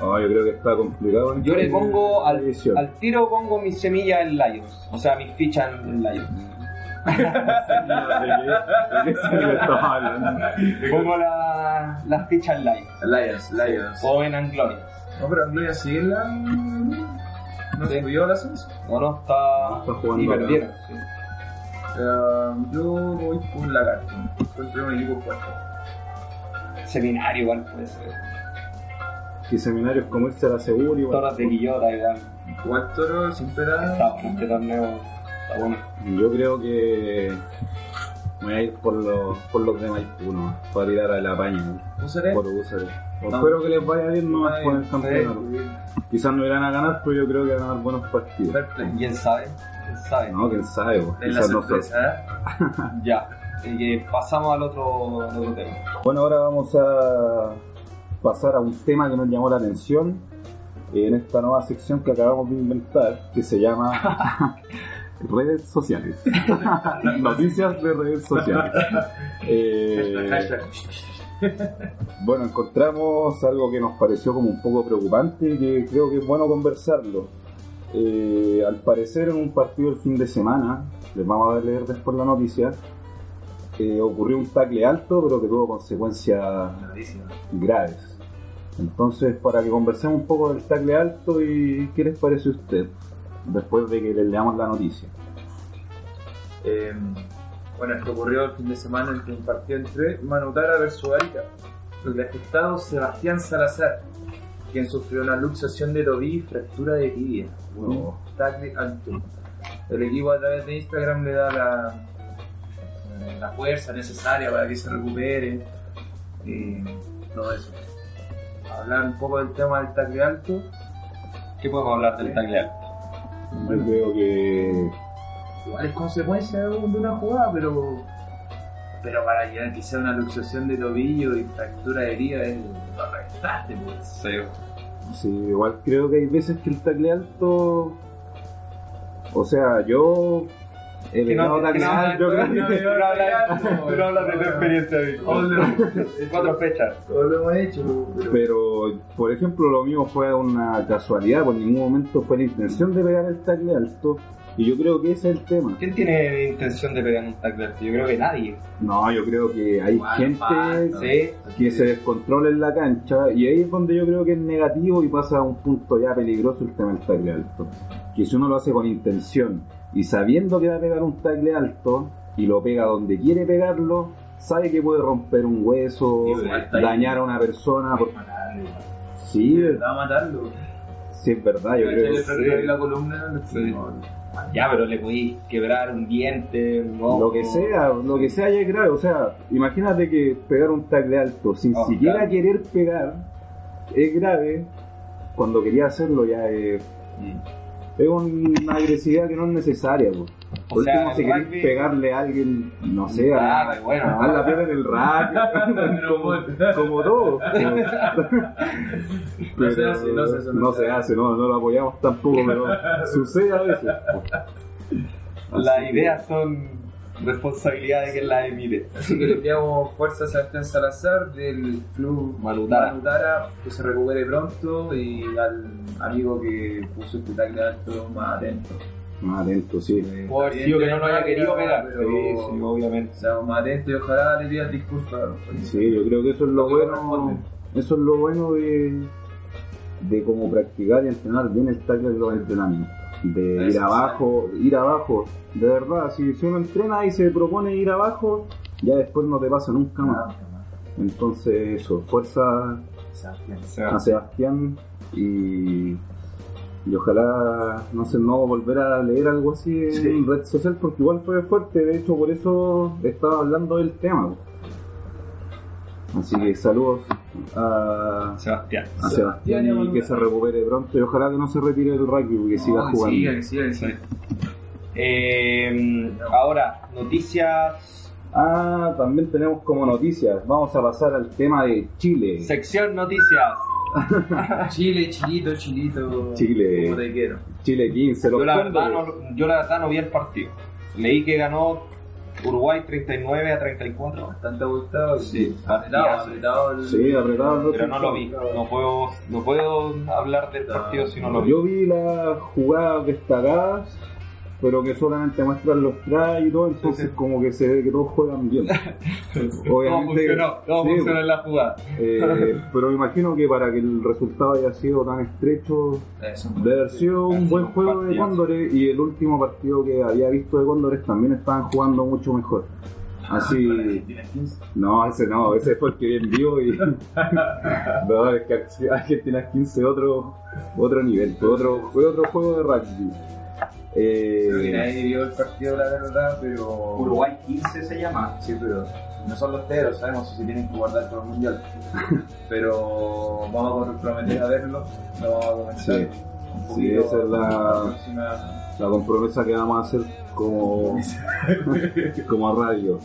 Ah, yo creo que está complicado. Yo Eh, le pongo al, División. al tiro pongo mis semillas en Lions. O sea, mis fichas en, en Lions. ¿De qué- de qué serie estamos hablando? Pongo la- las fichas en Lions. Lions, Lions. O en Anglorians. No, pero Anglia sigue en la. No Sí. subió al ascenso. No, no, está, Está jugando y acá. perdieron. sí. Eh, yo voy por Lagarto. Encuentro un equipo fuerte. Seminario igual pues. puede ser. Y seminarios como irse a la segura igual. Toros de Quillota igual. Igual Toro siempre Está da. bueno este torneo. Está bueno. Yo creo que me voy a ir por los, por los de Maipú, ¿no? pues, Para tirar a la paña, ¿no? Usaré. por Búzaro. No. Espero que les vaya bien nomás Ay, con el sí. campeonato. Quizás no irán a ganar, pero yo creo que van a ganar buenos partidos. Fair play. ¿Quién sabe? ¿Quién sabe? No, quién sabe, pues. Es la quizás no sé. sorpresa, ¿eh? Ya. Así que pasamos al otro, al otro tema. Bueno, ahora vamos a pasar a un tema que nos llamó la atención eh, en esta nueva sección que acabamos de inventar, que se llama redes sociales. Noticias de redes sociales. Eh, Bueno, encontramos algo que nos pareció como un poco preocupante y que creo que es bueno conversarlo. Eh, al parecer en un partido el fin de semana, les vamos a leer después la noticia, eh, ocurrió un tackle alto pero que tuvo consecuencias Gravísimo. graves. Entonces, para que conversemos un poco del tackle alto y qué les parece a usted después de que le leamos la noticia. Eh, bueno, esto ocurrió el fin de semana entre un partido entre Manutara versus Arica. El afectado Sebastián Salazar, quien sufrió una luxación de tobillo y fractura de tibia. Bueno, Tackle alto. El equipo a través de Instagram le da la, eh, la fuerza necesaria para que se recupere y todo eso. Hablar un poco del tema del tackle alto. ¿Qué podemos hablar del tackle alto? yo creo que Igual es consecuencia de un- de una jugada, pero. Pero para llegar quizá a una luxación de tobillo y fractura de herida, es. Lo arrastraste, pues. Sí. Sí, igual creo que hay veces que el tacle alto O sea, yo he Que no- dejado de que no- ganar, yo creo no- que- Tú no hablas, tú no hablas de tu experiencia, Todo Víctor. lo- Cuatro fechas. todo lo hemos hecho, pero Pero, por ejemplo, lo mío fue una casualidad, por ningún momento fue la intención de pegar el tackle alto. Y yo creo que ese es el tema. ¿Quién tiene intención de pegar un tackle alto? Yo creo que nadie. No, yo creo que hay Igual, gente pasa. Sí. que se descontrola en la cancha y ahí es donde yo creo que es negativo y pasa a un punto ya peligroso el tema del tackle alto. Que si uno lo hace con intención y sabiendo que va a pegar un tackle alto y lo pega donde quiere pegarlo, sabe que puede romper un hueso, Igual está ahí. dañar a una persona. por- matarlo, Sí, va a matarlo. sí, es verdad, yo Yo creo que la columna, le- Sí. no, Ya, pero le podí quebrar un diente, un ojo. Lo que sea, lo que sea ya es grave. O sea, imagínate que pegar un tackle alto sin Ah, siquiera claro. querer pegar es grave. Cuando quería hacerlo ya es, Mm. es una agresividad que no es necesaria. po. Por O sea, último, el si querés rugby- pegarle a alguien, no sé, a, Ah, bueno. a la piedra en el rack, Pero como, bueno. como todo. No se hace, no se hace, no No se se hace, no, no lo apoyamos tampoco, pero sucede a veces. po. Así Las que- ideas son responsabilidad de quien las emite. Así que le enviamos fuerza a Sebastián Salazar del club Malutara. Malutara, que se recupere pronto y al amigo que puso este tackle alto más atento. Más atento, sí. Puedo haber sido que no lo haya querido pegar. Pero- Sí, sí, obviamente. Seamos más atentos y ojalá le pidas disculpas. Sí, yo creo que eso es lo Lo que bueno. corresponde. Eso es lo bueno de, de cómo practicar y entrenar bien el tackle de los entrenamientos. De ir Eso, abajo, ir abajo. De verdad, si, si uno entrena y se propone ir abajo, ya después no te pasa nunca más. Entonces, eso, fuerza Sebastián. a Sebastián y, y ojalá no sé, no volver a leer algo así en Sí. red social porque igual fue fuerte, de hecho por eso estaba hablando del tema. Así que saludos a, Sebastián. a Sebastián y que se recupere pronto y ojalá que no se retire del rugby porque siga No, que jugando. siga, que siga, que siga. Eh, ahora, noticias. Ah, también tenemos como noticias, vamos a pasar al tema de Chile. Sección noticias. Ah, Chile, chilito, chilito. Chile. Como te quiero. Chile 15, los Yo la, cuervos. verdad no, yo la verdad no vi el partido. Leí que ganó Uruguay 39 a 34. Bastante gustado. Sí, Apretado, partidazo. apretado. el- Sí, apretado el Pero no lo vi. No puedo, no puedo hablar del partido si no lo vi. Yo vi las jugadas destacadas, pero que solamente muestran los tries y todo, entonces Sí, sí. como que se ve que todos juegan bien. No funcionó, no sí, funcionó en la jugada. eh, pero me imagino que para que el resultado haya sido tan estrecho, Eso. debe haber sido Ha un sido buen un juego de partidazo. Cóndores y el último partido que había visto de Cóndores también estaban jugando mucho mejor. Ah, Así, Argentina 15. no, ese no, ese fue el que vi en vivo y. no, es que Argentina 15 otro, otro nivel, fue otro, fue otro juego de rugby. Eh, Creo que nadie vio el partido, la verdad, pero. Ah, Uruguay 15 se llama. Sí, pero no son los teros, sabemos si se tienen que guardar para el mundial. Pero vamos a comprometer a verlo, lo vamos a comenzar. Sí. Sí, esa es la- próxima. la compromesa que vamos a hacer como, como radio.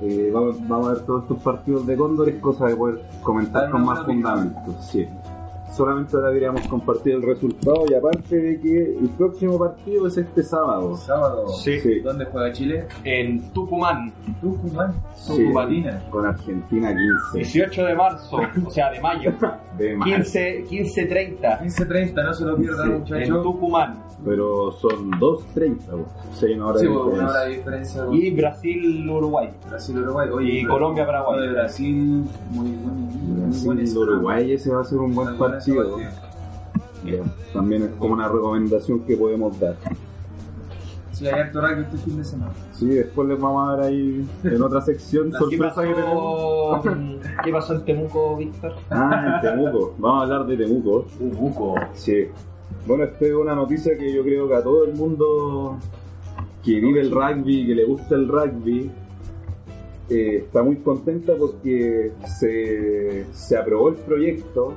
Eh, vamos, vamos a ver todos estos partidos de Cóndores, cosa de poder comentar Ah, con no, más no, fundamentos. Sí. Solamente ahora queríamos compartir el resultado y aparte de que el próximo partido es este sábado. Sábado. Sí. Sí. ¿Dónde juega Chile? En Tucumán, Tucumán. Sí. Tucumatina. Con Argentina 15 18 de marzo, o sea, de mayo, de marzo. 15, 15.30 15.30, no se lo pierdan, Sí, en muchachos. Tucumán. Pero son 2.30, 6 horas Sí, de bueno, una diferencia. hora de diferencia con Y Brasil-Uruguay. Brasil-Uruguay. y Colombia-Paraguay. De Brasil, muy buen. muy buen Brasil, escenario. Uruguay, ese va a ser un Muy buen partido. Ya, También es como una recomendación que podemos dar. Sí, hay harto rugby este fin de semana. Sí, después les vamos a dar ahí en otra sección ¿Qué sorpresa que tenemos. pasó, ¿Qué pasó en Temuco, Víctor? Ah, en Temuco. Vamos a hablar de Temuco. Temuco. Sí. Bueno, esta es una noticia que yo creo que a todo el mundo que vive el rugby, que le gusta el rugby, eh, está muy contenta porque se, se aprobó el proyecto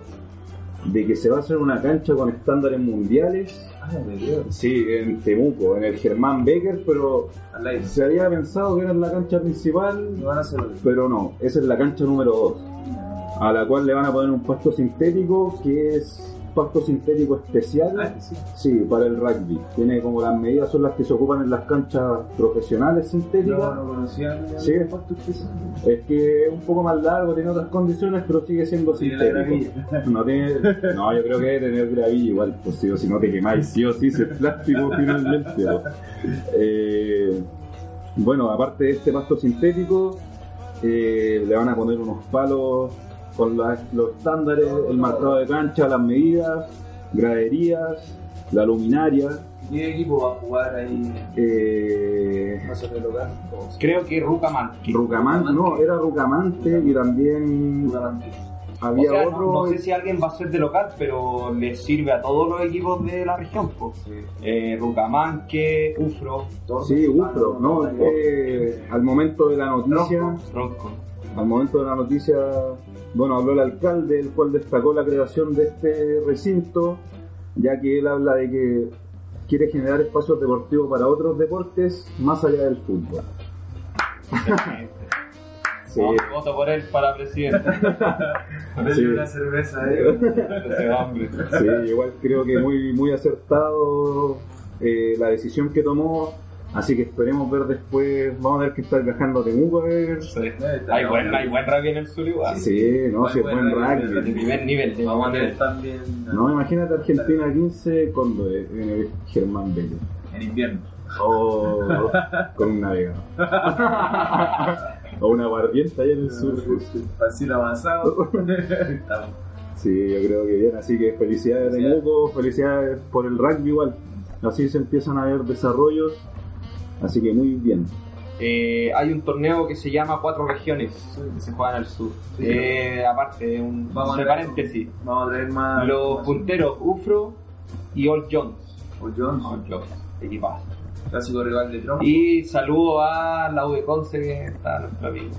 de que se va a hacer una cancha con estándares mundiales. Ah, de Dios. Sí, en Temuco, en el Germán Becker, pero Al aire. se había pensado que era en la cancha Y principal, van a hacerlo. pero no, esa es la cancha número 2, a la cual le van a poner un pasto sintético que es pasto sintético especial Ah, sí. sí, para el rugby. Tiene como las medidas son las que se ocupan en las canchas profesionales sintéticas. No, no conocía. Sí. el pasto especial. Es que es un poco más largo, tiene otras condiciones, pero sigue siendo Tiene la sintético. No, tiene, no, yo creo que debe tener gravilla igual, pues sí, o si no te quemáis, sí o sí, si es plástico finalmente. pues. Eh, bueno, aparte de este pasto sintético, eh, le van a poner unos palos con las- los estándares, el marcado de cancha, las medidas, graderías, la luminaria. ¿Y qué equipo va a jugar ahí? Eh, No se puede lograr. ¿Cómo se Creo que Rucamanqui. Rucamante, no, era Rucamante y también llama? Durante. había o sea, no- otro. no, sé si alguien va a ser de local, pero le sirve a todos los equipos de la región. po. Eh, Rucamanque, Ufro, Sí, Ufro, no, eh, al momento de la noticia, Tronco. al momento de la noticia, bueno, habló el alcalde, el cual destacó la creación de este recinto, ya que él habla de que quiere generar espacios deportivos para otros deportes más allá del fútbol. Sí, Voto- Voto por él para presidente. Dale una cerveza, eh. Ese Este hombre. sí, igual creo que muy, muy acertado eh, la decisión que tomó, así que esperemos ver después, vamos a ver que está viajando a Temuco a ver. Sí. No, está Hay bien. buen, hay buen rugby en el sur igual. Sí, no, si es Bueno, buen bueno, rugby. De primer nivel. de Vamos a primer tener nivel. también No, imagínate Argentina 15 con en el Germán Vélez. en invierno. O con un navegado. o una guardienta allá en el sur. Fácil avanzado. Estamos. Sí, yo creo que bien. Así que felicidades de Muco, felicidades por el rugby igual. Así se empiezan a ver desarrollos. Así que muy bien. Eh, hay un torneo que se llama Cuatro Regiones, que se juega en el sur. Sí. Eh, aparte, un Vamos a de ver. Ah, paréntesis. Vamos a traer más. Los más- punteros Ufro y Old Jones. O Johnson, Old Jones, equipazo. clásico rival de Trump. Y saludo a la U de Conce, que está nuestro amigo.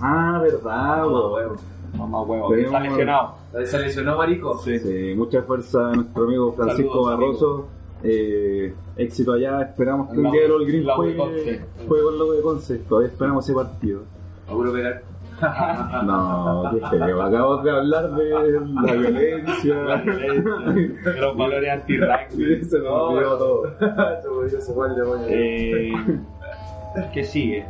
Ah, verdad, Vamos, weón. huevo. Mamá huevo, que Tenemos- está lesionado. ¿Se lesionó Marico? Sí, mucha fuerza a nuestro amigo Francisco Saludos, Barroso. Eh, éxito allá, esperamos que La un día el U- All Green la U juegue, de Conce. juegue con lo de Conce. Todavía esperamos ese partido. Seguro pegar. Ah. No, qué feo. Acabamos de hablar de la violencia. De los valores anti-rugby. Se nos olvidó todo. Se volvió ese gol de moño. Eh, ¿Qué sigue?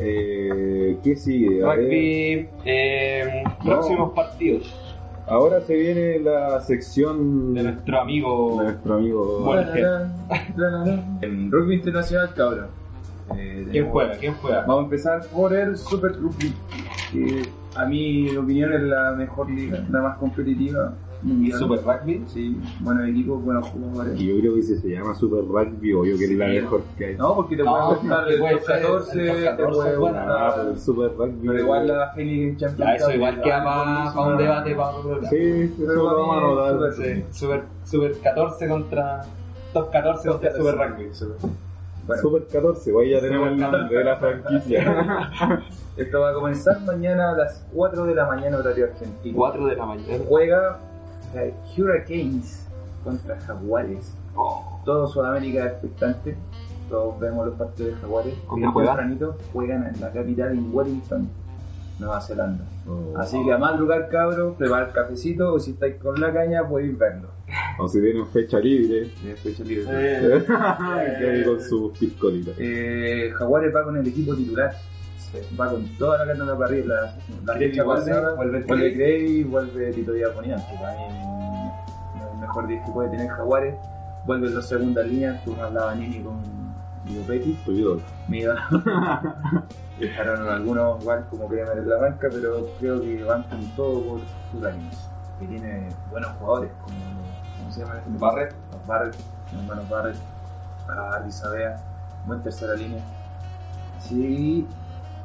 Eh, ¿Qué sigue? A ver, Rugby, eh, próximos partidos ahora se viene la sección de de nuestro amigo. nuestro amigo. Bueno. En rugby internacional, cabrón. Eh, ¿Quién tenemos- juega? ¿Quién juega? Vamos a empezar por el Super Rugby, que a mi opinión es la mejor liga, la más competitiva. ¿Y Super Rugby? Sí, buenos equipos, buenos jugadores. Y yo creo que si se llama Super Rugby, obvio que es la Sí. mejor que hay. No, porque te No, pueden gustar el puede top ser el 14, top te 14, puede bueno, pues, Ah, gustar- pero el Super Rugby. Pero igual la Félix en Champions Ya, eso League, igual queda para un debate, para otro programa. Sí, eso lo vamos a anotar. Sí, Super, super 14 contra. Top 14 contra Super Rugby. Bueno, Super 14, güey, ya Super tenemos el nombre de la franquicia. esto va a comenzar mañana a las 4 de la mañana horario argentino. 4 de la mañana. Juega eh, Hurricanes contra Jaguares. Oh, Todo Sudamérica expectante. Todos vemos los partidos de Jaguares. ¿Con Y quién juegan? tempranito Juegan en la capital en Wellington, Nueva Zelanda. Oh. Así que a madrugar, cabros, preparar cafecito o si estáis con la caña podéis verlo. O si tienen fecha libre, eh, que ahí con sus piscolitas. Eh, Jaguares va con el equipo titular. Va con toda la carne para arriba. La, la Crey fecha vuelve, pasada, vuelve vuelve Crey, vuelve Tito Diaponía. Que para mí es el mejor 10 que puede tener Jaguares. Vuelven las segundas líneas. Tú hablabas Nini con Diopetti. Cuidado. Me iba- Dejaron algunos igual como Kremer en la banca, pero creo que van con todo por Hurricanes. Que tiene buenos jugadores como. ¿Cómo se llama? este? Barrett. los Barrett, los hermanos Barrett, a Rizabea, buen tercera línea. Sí,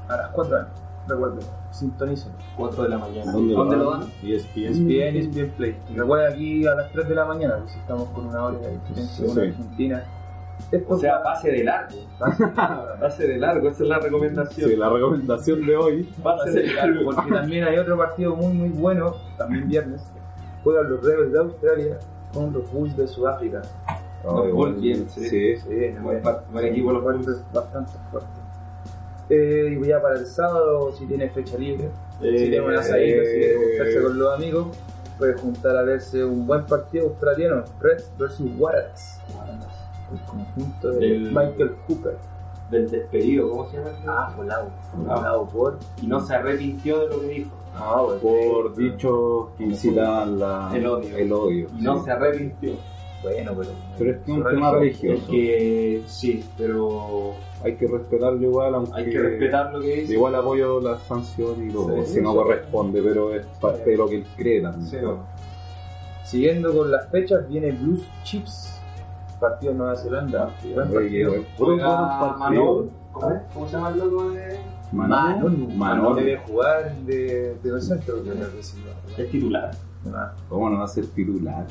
a las 4 años, recuerdo, sintonicen. 4 de la mañana. ¿Dónde E lo dan? dan? ESPN. ESPN, ESPN Play. Y Mm. Recuerda aquí a las 3 de la mañana, pues estamos con una hora de diferencia con Sí. Argentina. O sea, pase de largo. Pase de largo, esa es la recomendación. Sí, la recomendación de hoy. Pase de largo. porque también hay otro partido muy muy bueno, también viernes, juegan los Rebels de Australia con los Bulls de Sudáfrica. Los Bulls, bien, sí. Oh, sí. Sí, Buen par- buen equipo los fuerte, bastante fuerte. Eh, y ya para el sábado, si tiene fecha libre, si tiene Eh, una salida, si quiere juntarse con los amigos, puede juntar a verse un buen partido australiano, Reds versus Warriors. El conjunto de Del- Michael Cooper. Del despedido, ¿cómo se llama? Ah, volado. Volado por. Y no se arrepintió de lo que dijo. Ah, volado. Eh, Por dichos que incitaban la- El odio. el odio, Y no sí. se arrepintió. Bueno, pero. Pero es que es un Su tema religión. Es religioso. que sí, pero Hay que respetarlo igual, aunque. hay que respetar lo que dice. Igual apoyo la sanción y todo, Sí, si no sí. corresponde, pero es parte de lo que él cree también. Sí, no. Siguiendo con las fechas, viene Blues Chips, partido en Nueva Zelanda. Pues, Buen Oye, qué partido. buen- Juega buen partido. Manol. ¿Cómo, es? ¿Cómo se llama el loco de.? Manon. Manon debe Manon. jugar de, de centro, creo que sí, ¿no? Es titular. Ah, ¿Cómo no va a ser titular?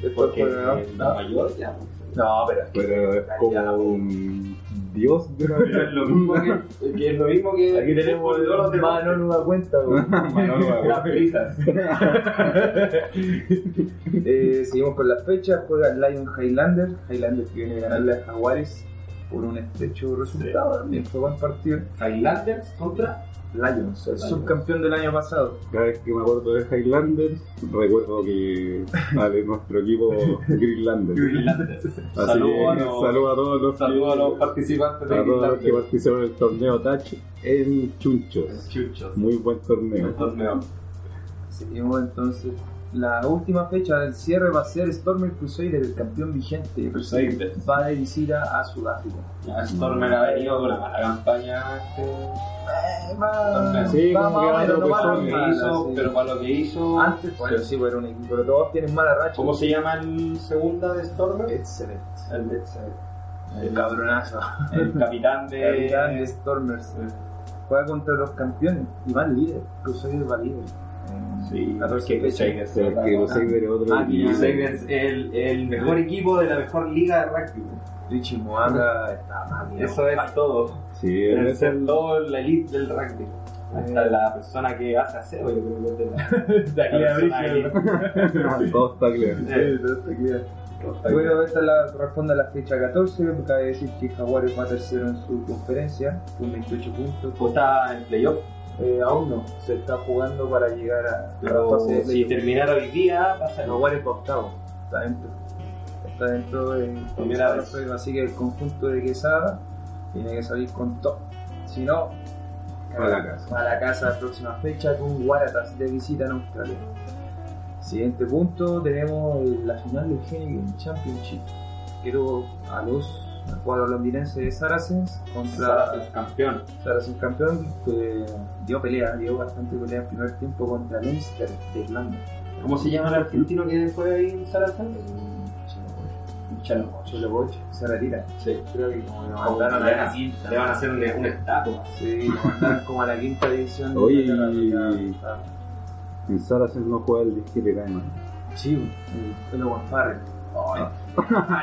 Después Porque juega- en la mayor ya. No, pero es que Pero es como un dios de la Pero es lo mismo que, que es lo mismo que aquí tenemos que todos los el demás. mano nueva cuenta. güey. Las pelisas. Eh, seguimos con las fechas, juega Lion Highlander, Highlander que viene a ganarle a Jaguares por un estrecho resultado también, fue buen partido. Highlanders contra. Lions, el subcampeón del año pasado. Cada vez que me acuerdo de Highlander, recuerdo que vale nuestro equipo Greenlander. Highlanders. Así Saludos a que los- saludo a todos los, Saludos a que, los participantes de a todos los que Highlanders. participaron en el torneo Touch en Chunchos. Chuchos. Muy buen torneo. El torneo. Seguimos oh, entonces. La última fecha del cierre va a ser Stormer Crusader, el campeón vigente. Crusader. Va de visita a Sudáfrica. Ya, Stormer ha venido con la mala campaña. este, Eh, va- Sí, va como más que o va Para menos, no va lo tropezón, tan que mal, hizo, así. pero para lo que hizo. Antes, bueno, sí, bueno, un equipo, pero todos tienen mala racha. ¿Cómo se llama el segunda de Stormer? Excelente. El, El cabronazo. el Eh, capitán de. Capitán de Stormers. Juega contra los campeones y va líder. Crusader va líder. Mm. Sí, 14 que Crusaders. fechas. O sea, que los Saber es otro Ah, que equipo. Crusaders es el, el mejor equipo de la mejor liga de rugby. Richie Moaga está más bien. Eso es todo. Sí, Debe es ser todo la elite del rugby. Hasta la persona que hace aseo, yo creo que es de la, aquí a persona Brígido. elite. todo está claro. Sí. Eh. Bueno, esta la, corresponde a la fecha 14. Cabe decir que Jaguares va tercero en su conferencia con 28 puntos. ¿Cómo Pues está en playoff? Eh, aún no, se está jugando para llegar a a la Pero fase de si playoff. terminara hoy día, pasa el Jaguares para octavo, está dentro. Está dentro de Primera vez. así que el conjunto de Quesada tiene que salir con todo. Si no, A la casa. a la casa la próxima fecha con Guaratas de visita en Australia. Siguiente punto, tenemos eh, la final del Heineken Championship. Quiero a los al cuadro londinense de Saracens contra Salas es campeón. Saracens campeón que dio pelea, dio bastante pelea en primer tiempo contra Leinster de Irlanda. ¿Cómo se llama el argentino que fue ahí en Saracens? Chalo. Cholo Boche se retira. Sí. Creo que como lo Como mandaron le a la van a- quinta. Le van a hacer una, una estatua. Sí, lo mandaron como a la quinta división. de Oye, Inglaterra, y- ya está. En Saracens no juega el disque de Gaiman. Sí, el Owen Farrell. Ay, el-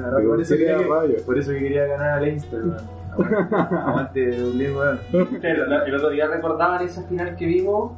la- Pero por, eso usted quería, era que- rayo. por eso que quería ganar a Leinster, weón. Aguante- Aguante, doble, weón. El, el otro día recordaban esa final que vimos,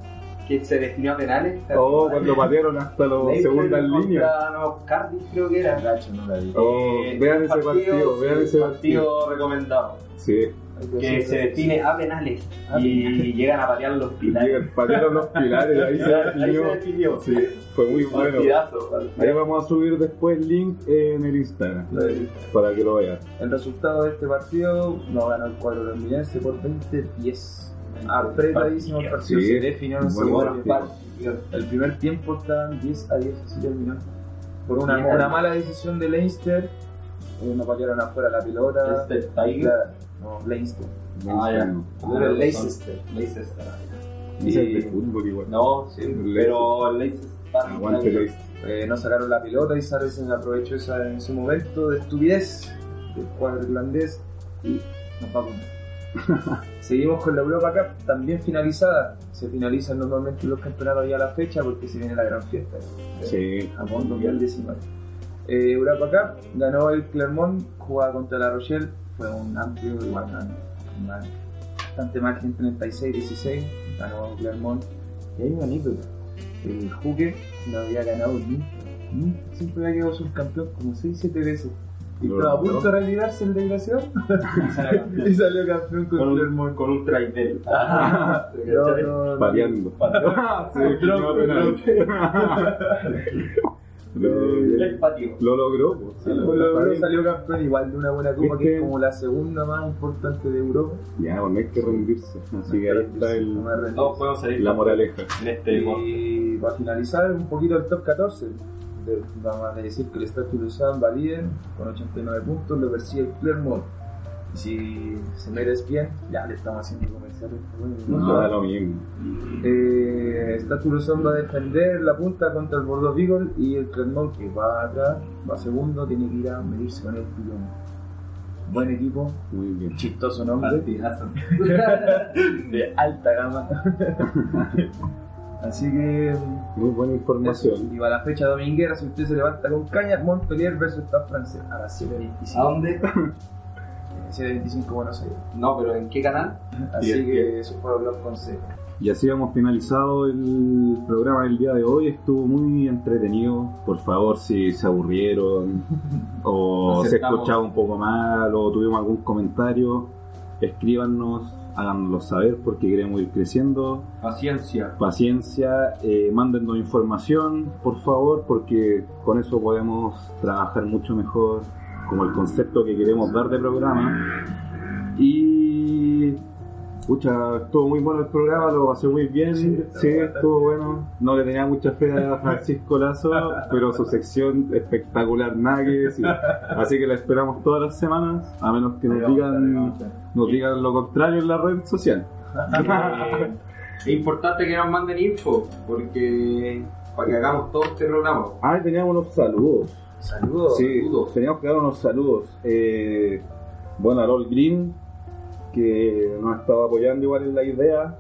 que se definió a penales. Oh, cuando patearon hasta los Leicester segundas contra, líneas. No, Cardiff creo que era. Gacho, no la vi. Oh, Eh, vean ese partido, sí, vean ese partido. partido recomendado. Sí, Ah, Que se define a penales y llegan a patear los pilares. llegan, patearon los pilares, ahí se Ahí se definió. definió. Sí, fue muy bueno. Partidazo. Ahí vamos a subir después el link en el Instagram Lo vi. para que lo vean. El resultado de este partido no ganó el cuadro londinense por 20-10. Ah, Apretadísimo el partido, Sí, se definió en buen segundo partido. Partido. El primer tiempo estaban 10 a 10, así terminó. Por una, Bien. una mala decisión de Leinster, eh, no patearon afuera la pelota. Este Tiger. La- no, Leinster. Ah, ya. No era el Leicester. Leicester. Ese es de fútbol igual. No, sí, Ah, Leicester. pero Leicester. Aguante Leicester. Eh, no sacaron la pelota y Saracen aprovechó esa, en ese momento de estupidez del cuadro irlandés y nos va a comer. Seguimos con la Europa Cup, también finalizada. Se finalizan normalmente los campeonatos ya a la fecha porque se viene la gran fiesta. Sí. Japón 2019. Eh, Europa Cup ganó el Clermont, jugaba contra la Rochelle, fue un amplio igual, ¿no? Mal. bastante margen 36-16, ganó el Clermont. Y hay una anécdota, el Juque no había ganado nunca, nunca, siempre había quedado subcampeón como 6-7 veces. Y Lo estaba a logró. punto de retirarse el desgraciado. y salió campeón con Con Clermont. un, con un traidero. Ah, No, no, no. Paleando. Ah, Sí, Trump, Trump. Lo- El patio. Lo logró, pues. Sí, por lo menos salió campeón igual de una buena copa que ¿Viste? es como la segunda más importante de Europa. Ya, bueno, hay que rendirse. Así que ahí está No el- me arrepiento. Todos podemos salir la moraleja. en este podcast. Y para finalizar un poquito el top 14, de- nada más de decir que el Stade Toulousain va líder con 89 puntos, lo persigue el Clermont. Y si se merece bien, ya le estamos haciendo comerciales. No, da lo mismo. Eh, Stade Toulousain va a defender la punta contra el Bordeaux Beagle y el Clermont que va atrás, va segundo, tiene que ir a medirse con el Pilón. Buen equipo, Muy bien. chistoso nombre. de alta gama. Así que. Muy buena eso. información. Y para la fecha dominguera, si usted se levanta con caña, Montpellier versus Stade Francés a las 7.25. ¿A dónde? Ah. 7.25 Buenos Aires. No, pero ¿en qué canal? Así que eso fue hablar con C. Y así hemos finalizado el programa del día de hoy. Estuvo muy entretenido. Por favor, si se aburrieron o se Aceptamos. escuchaba un poco mal o tuvimos algún comentario, escríbanos, háganoslo saber porque queremos ir creciendo. Paciencia. Paciencia, eh, mándennos información, por favor, porque con eso podemos trabajar mucho mejor como el concepto que queremos dar de programa. Y Pucha, estuvo muy bueno el programa, lo pasé muy bien. Sí, estuvo bueno. No le tenía mucha fe a Francisco Lazo, pero su sección espectacular, nada que decir. Así que la esperamos todas las semanas, a menos que nos digan, nos digan lo contrario en la red social. Eh, es importante que nos manden info, porque para que hagamos todo este programa. Ah, y teníamos unos saludos. Saludos. Sí, saludos. teníamos que dar unos saludos. Eh, bueno, a Lol Green, que nos ha estado apoyando igual en la idea.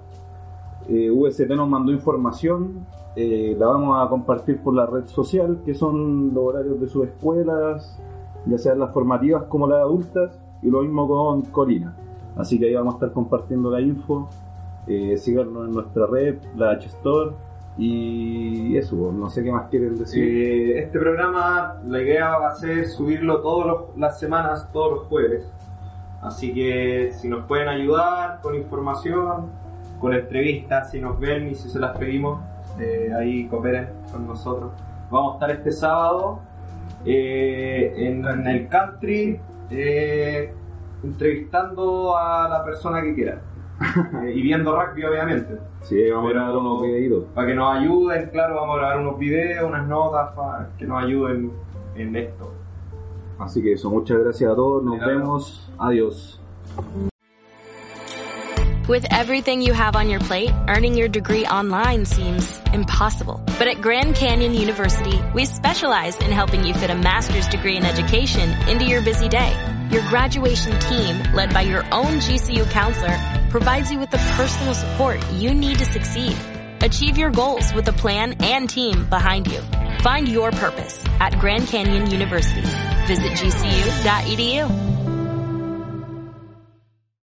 Eh, VST nos mandó información, eh, la vamos a compartir por la red social, que son los horarios de sus escuelas, ya sean las formativas como las adultas, y lo mismo con Colina. Así que ahí vamos a estar compartiendo la info. Eh, síganos en nuestra red, la H-Store, y eso, no sé qué más quieren decir. Eh, este programa, la idea va a ser subirlo todas las semanas, todos los jueves. Así que si nos pueden ayudar con información, con entrevistas, si nos ven y si se las pedimos, eh, ahí cooperen con nosotros. Vamos a estar este sábado eh, en, en el country eh, entrevistando a la persona que quiera. Eh, y viendo rugby, obviamente Sí, vamos a dar unos videitos. para que nos ayuden, claro, vamos a grabar unos videos, unas notas para que nos ayuden en esto. Así que eso, muchas gracias a todos, nos Claro. vemos, adiós. With everything you have on your plate, earning your degree online seems impossible. But at Grand Canyon University, we specialize in helping you fit a master's degree in education into your busy day. Your graduation team, led by your own GCU counselor, provides you with the personal support you need to succeed. Achieve your goals with a plan and team behind you. E Find your purpose at Grand Canyon University. Visit gcu.edu.